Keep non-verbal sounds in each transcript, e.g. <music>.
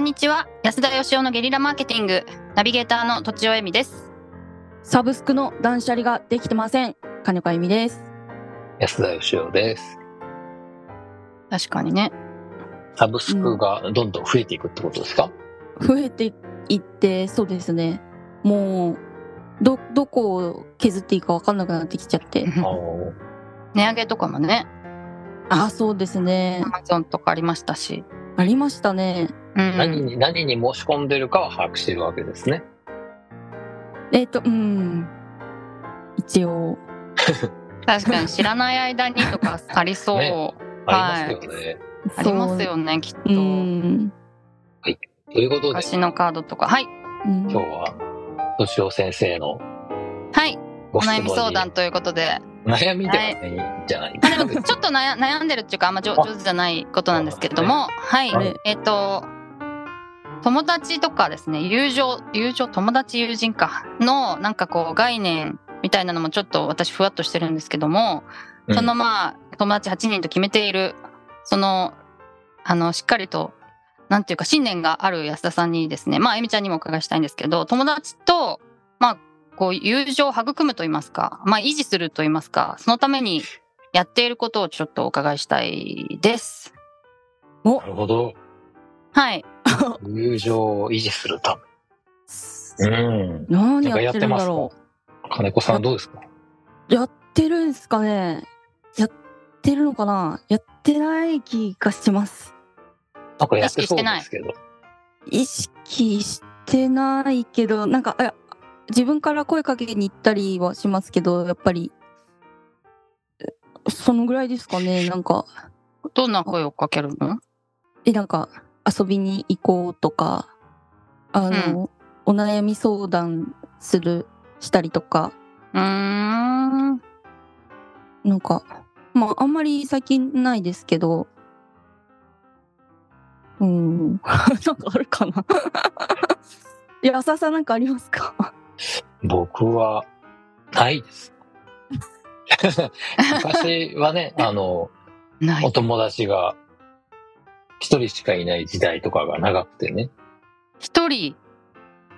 んにちは安田義雄のゲリラマーケティングナビゲーターの土地尾恵美ですサブスクの断捨離ができてません金子由美です安田義雄です。確かにねサブスクがどんどん増えていくってことですか、増えていってそうですねもうどどこを削っていいか分かんなくなってきちゃってあの値上げとかもねあそうですねアマゾンとかありましたし、ありましたねうん何に何に申し込んでるかは把握してるわけですね。えっ、とうん一応確かに知らない間にとかありそう、ねはいありますよね。ありますよねきっと、そううん、ということで、昔のカードとかはいうん今日は、敏夫先生のはいおご質問悩にみ相談ということで悩みではないんじゃなあいですでか、も <laughs> ちょっと悩悩んでるっていうかあんま上あ上手じゃないことなんですけれどもはい、あれえっ、と友達とかですね友情友情友達友人かのなんかこう概念みたいなのもちょっと私ふわっとしてるんですけども、うんそのまあ友達8人と決めているそのあのしっかりとなんていうか信念がある安田さんにですねまあえみちゃんにもお伺いしたいんですけど友達とまあこう友情を育むと言いますか、まあ、維持すると言いますかそのためにやっていることをちょっとお伺いしたいです。なるほど。はい。友情を維持するため。うん。何なんかややっっててるんまだすかろう金子さんどうですかやってるんですかねやってるのかなやってない気がしますなんかやってそうですけど。意識してないけどなんかあ自分から声かけに行ったりはしますけどやっぱりえそのぐらいですかねなんかどんな声をかけるのえなんか遊びに行こうとかあの、お悩み相談するしたりとかうーん。なんかまああんまり最近ないですけどうんな <laughs> んかあるかな <laughs> いや浅田さんなんかありますか僕は、ないです。昔はね、あの、ないお。友達が一人しかいない時代とかが長くてね。一人。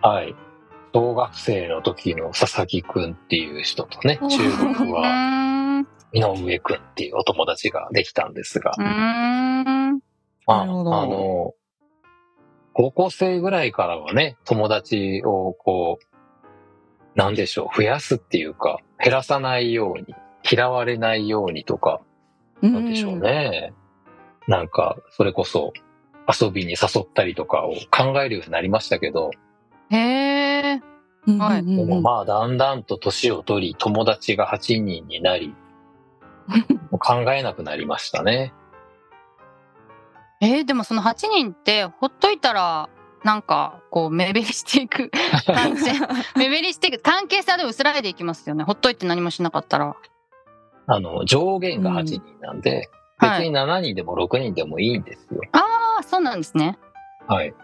はい。小学生の時の佐々木くんっていう人とね、おー中国うはーん。う井上くんっていうお友達ができたんですが、ーん。まあ、あなるほどの、高校生ぐらいからはね、友達をこう、なんでしょう、増やすっていうか、減らさないように、嫌われないようにとか、なんでしょうね。なんか、それこそ、遊びに誘ったりとかを考えるようになりましたけど、へえ。うん。はいうんでうんうもんまあ、だんだんと年を取り、友達が8人になり、もう考えなくなりましたね。えー、でもその8人って、ほっといたら、なんか、こう、目減りしていく感じ。目減りしていく。関係性はでも薄らいでいきますよね。ほっといて何もしなかったら。あの、上限が8人なんで、は別い。に7人でも6人でもいいんですよ。ああ、そうなんですね。はい。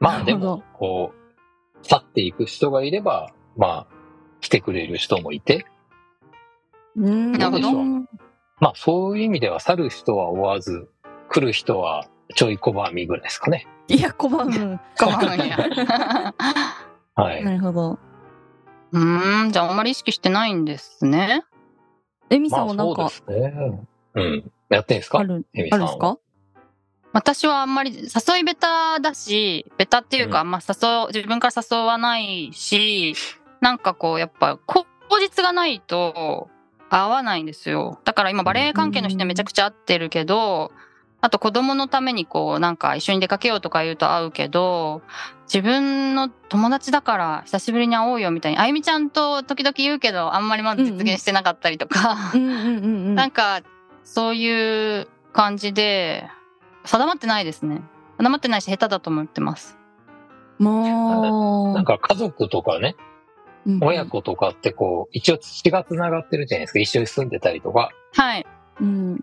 まあ、なでるほども、こう、去っていく人がいれば、まあ、来てくれる人もいて、うんなるほどまあ、そういう意味では去る人は追わず、来る人はちょい拒みぐらいですかね。いや、拒む。ご飯や。 <laughs> はい。なるほど。 <laughs> うーん、じゃああんまり意識してないんですね。エミまさんあ、はなそんうかですね。うん。やってんですかある、エミあさるんんでは。すか私はあんまり誘いベタだし、ベタっていうか、うまあ誘う、自分から誘わないし、なんかこう、やっぱ、口実がないと合わないんですよ。だから今、バレエ関係の人にめちゃくちゃ合ってるけど、あと子供のためにこう、なんか一緒に出かけようとか言うと会うけど、自分の友達だから久しぶりに会おうよみたいに、あゆみちゃんと時々言うけど、あんまりまだ実現してなかったりとか、うんうんうんうん。なんか、そういう感じで、定まってないですね。定まってないし、下手だと思ってます。もうなんか家族とかね、うんうん親子とかってこう、一応血が繋がってるじゃないですか。一緒に住んでたりとか。はい。うん。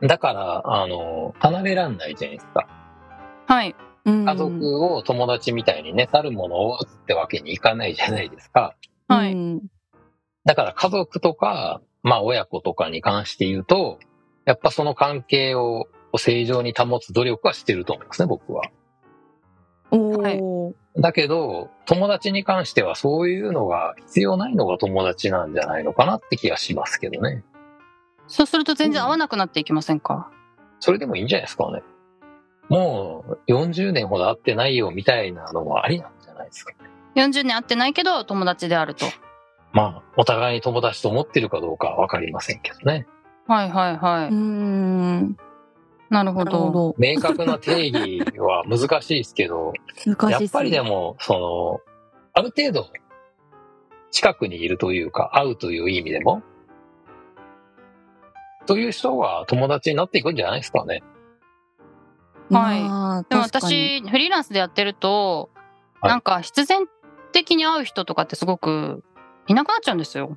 だから、あの、離れらんないじゃないですか。はい。うん家族を友達みたいにね、去るものをってわけにいかないじゃないですか。はい。うんだから家族とか、まあ親子とかに関して言うと、やっぱその関係を正常に保つ努力はしてると思いますね、僕は。おはいお、だけど、友達に関してはそういうのが必要ないのが友達なんじゃないのかなって気がしますけどね。そうすると全然合わなくなっていきませんか、それでもいいんじゃないですかね。もう40年ほど会ってないよみたいなのもありなんじゃないですか。 40年会ってないけど友達であるとまあ、お互いに友達と思ってるかどうかはわかりませんけどね。はいはいはうい、ーん、なるほなどるほど。明確な定義は難しいですけど、難しいやすねっぱりでも、その、ある程度、近くにいるというか、会うという意味でも、という人は友達になっていくんじゃないですかね。はいまあ、でも確かに私フリーランスでやってると、はいなんか必然的に会う人とかってすごくいなくなっちゃうんですよ。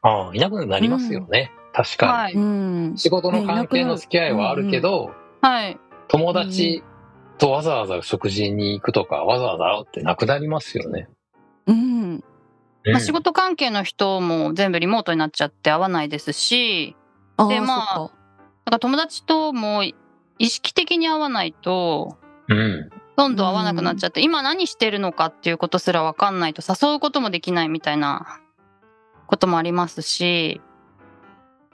ああ、いなくなりますよね。確かに。はうい。ん、仕事の関係の付き合いはあるけど、はい。友達とわざわざ食事に行くとか、わざわざ会うってなくなりますよね。うん、まあ、仕事関係の人も全部リモートになっちゃって会わないですし、あーでまあそっかなんか友達とも意識的に会わないと、うん。うん。どんどん会わなくなっちゃって、今何してるのかっていうことすらわかんないと誘うこともできないみたいなこともありますし、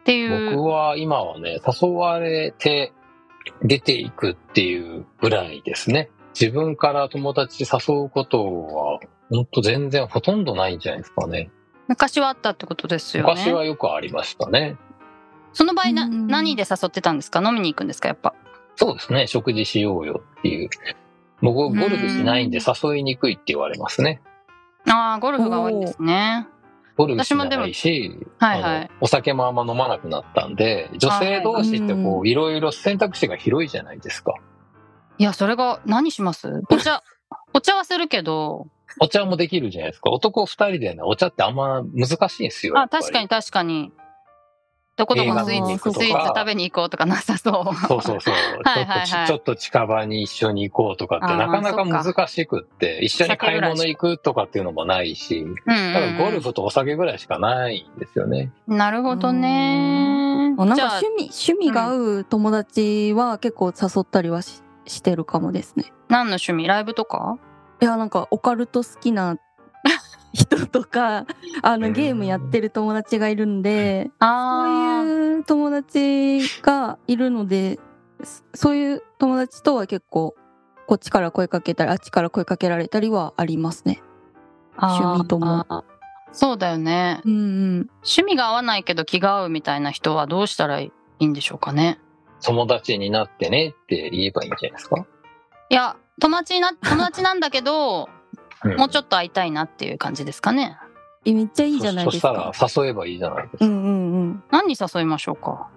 っていう。僕は今はね、誘われて出ていくっていうぐらいですね。自分から友達誘うことは、ほんと全然ほとんどないんじゃないですかね。昔はあったってことですよね。昔はよくありましたね。その場合な、うん何で誘ってたんですか飲みに行くんですかやっぱ。そうですね、食事しようよっていう。僕、ゴルフしないんで誘いにくいって言われますね。ああ、ゴルフが多いんですね。ゴルフしないし、はいはあのい。お酒もあんま飲まなくなったんで、女性同士ってこうう、んいろいろ選択肢が広いじゃないですか。いや、それが、何しますお茶、 <laughs> お茶はするけど、お茶もできるじゃないですか。男二人でね、お茶ってあんま難しいんですよ。やあ、っぱり確かに。確かに。どこどこのスイ映画見ーに行くツ、とスかイーツ食べに行こうとかなさそう。そうそうそう。 <laughs> はいはいはいちょっとちちょっと近場に一緒に行こうとかって、あーなかなかそっか難しくって、一緒に買い物行くとかっていうのもないし、うんだうかん、らゴルフとお酒ぐらいしかないんですよね。なるほどねあ。なんじかゃあ趣、味趣味が合う友達は結構誘ったりはししてるかもですね。何の趣味ライブとかいやなんかオカルト好きな人とかあうのんゲームやってる友達がいるんでそうああ。いう友達がいるのでそそういう友達とは結構こっちから声かけたりあっちから声かけられたりはありますね。趣味ともあー。そうだよね。うんうん、趣味が合わないけど気が合うみたいな人はどうしたらいいんでしょうかね。友達になってねって言えばいいんじゃないですか。いや、友達 <laughs> にな、友達なんだけど、うんもうちょっと会いたいなっていう感じですかね。えめっちゃいいじゃないそですそした。から誘えばいいじゃないですうか。んうんうん。何に誘いましょう <laughs> か。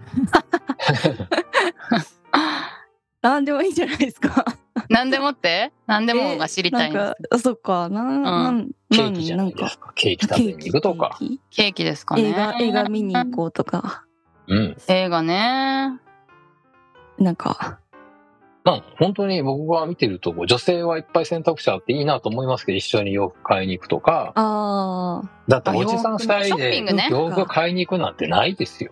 なんでもいいじゃないですか。何でもって何でもが知りたいんですなんかそっかな、ん、なんケーキじゃないですか。ケーキ食べに行くとか。ケーキケーキですかね。映画映画見に行こうとかうん。映画ね。なんかまあ、本当に僕が見てると、女性はいっぱい選択肢あっていいなと思いますけど、一緒に洋服買いに行くとか、ああだっておじさん二ショ人ッピンでグね洋服買いに行くなんてないです <laughs> よ。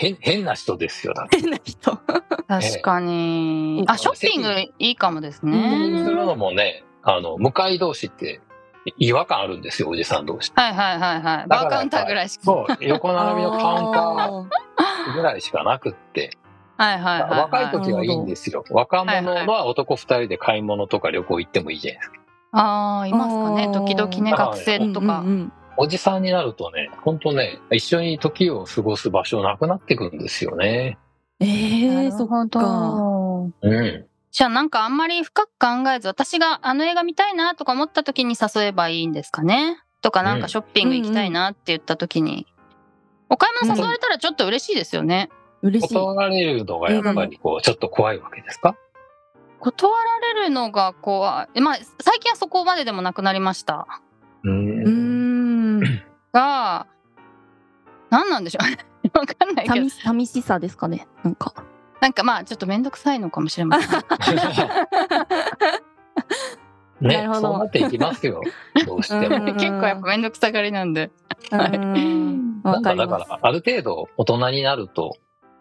変変な人ですよ、だって。変な人確かに。ええあ、ショッピングいいかもですうすね。んるのもね、あの、向かい同士って違和感あるんですよ、おじさん同士。はいはいはいはい。だバかーらカやウっンぱターぐらいしか。 <laughs> そう、横並びのカウンタンーぐらいしかなくって、はいはいはい、はい。若い時はいいんですよ。若者は男二人で買い物とか旅行行ってもいいじゃないですか。ああ、いますかね。時々ね、あー学生とかうん。うんうんおじさんになるとね、本当ね、一緒に時を過ごす場所なくなってくるんですよね。ええそっなるほかど。うん。じゃあなんかあんまり深く考えず、私があの映画見たいなとか思った時に誘えばいいんですかねとかなんうんかショッピング行きたいなって言った時に。お買い物誘われたらちょっと嬉しいですよね。嬉しい断られるのがやっぱりこう、ちょっと怖いわけですか断られるのが怖い。まあ、最近はそこまででもなくなりました。ううーん。ん <laughs> が、何なんでしょう <laughs> ね。わかんないけど寂。し寂しさですかねなんかなんかまあ、ちょっとめんどくさいのかもしれません。な <laughs> ねるほ、どそうなっていきま <laughs> すよ。どうしてうんも。結構やっぱめんどくさがりなんで。うはいーんわなんかかりだかますら、ある程度大人になると、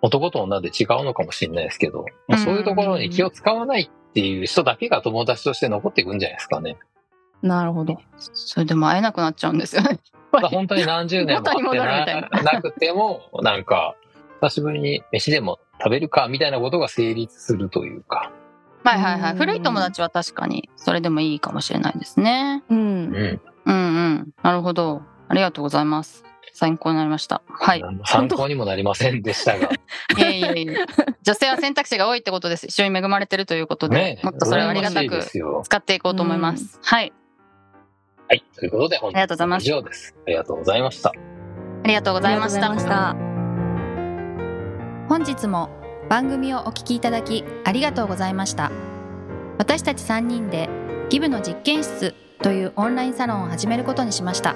男と女で違うのかもしれないですけど、うんそういうところに気を使わないっていう人だけが友達として残っていくんじゃないですかね。なるほど。それでも会えなくなっちゃうんですよね。まあ本当に何十 <laughs> 年も会って元なに戻るみなくても、なんか、久しぶりに飯でも食べるかみたいなことが成立するというか。はいはいはうい。ん古い友達は確かに、それでもいいかもしれないですね。う。うんん。うんうん。なるほど。ありがとうございます。参考になりました。 <laughs> はい。あの参考にもなりません <laughs> でしたが。いえいえいえ。女性は選択肢が多いってことです。一緒に恵まれてるということで、ねえもっとそれをありがた羨ましいくですよ。使っていこうと思います。はい。はい。ということで、本ありがとうございます以上です。ありがとうございました。ありがとうございましありがとうたございま。した。本日も番組をお聞きいただきありがとうございました私たち3人でギブの実験室というオンラインサロンを始めることにしました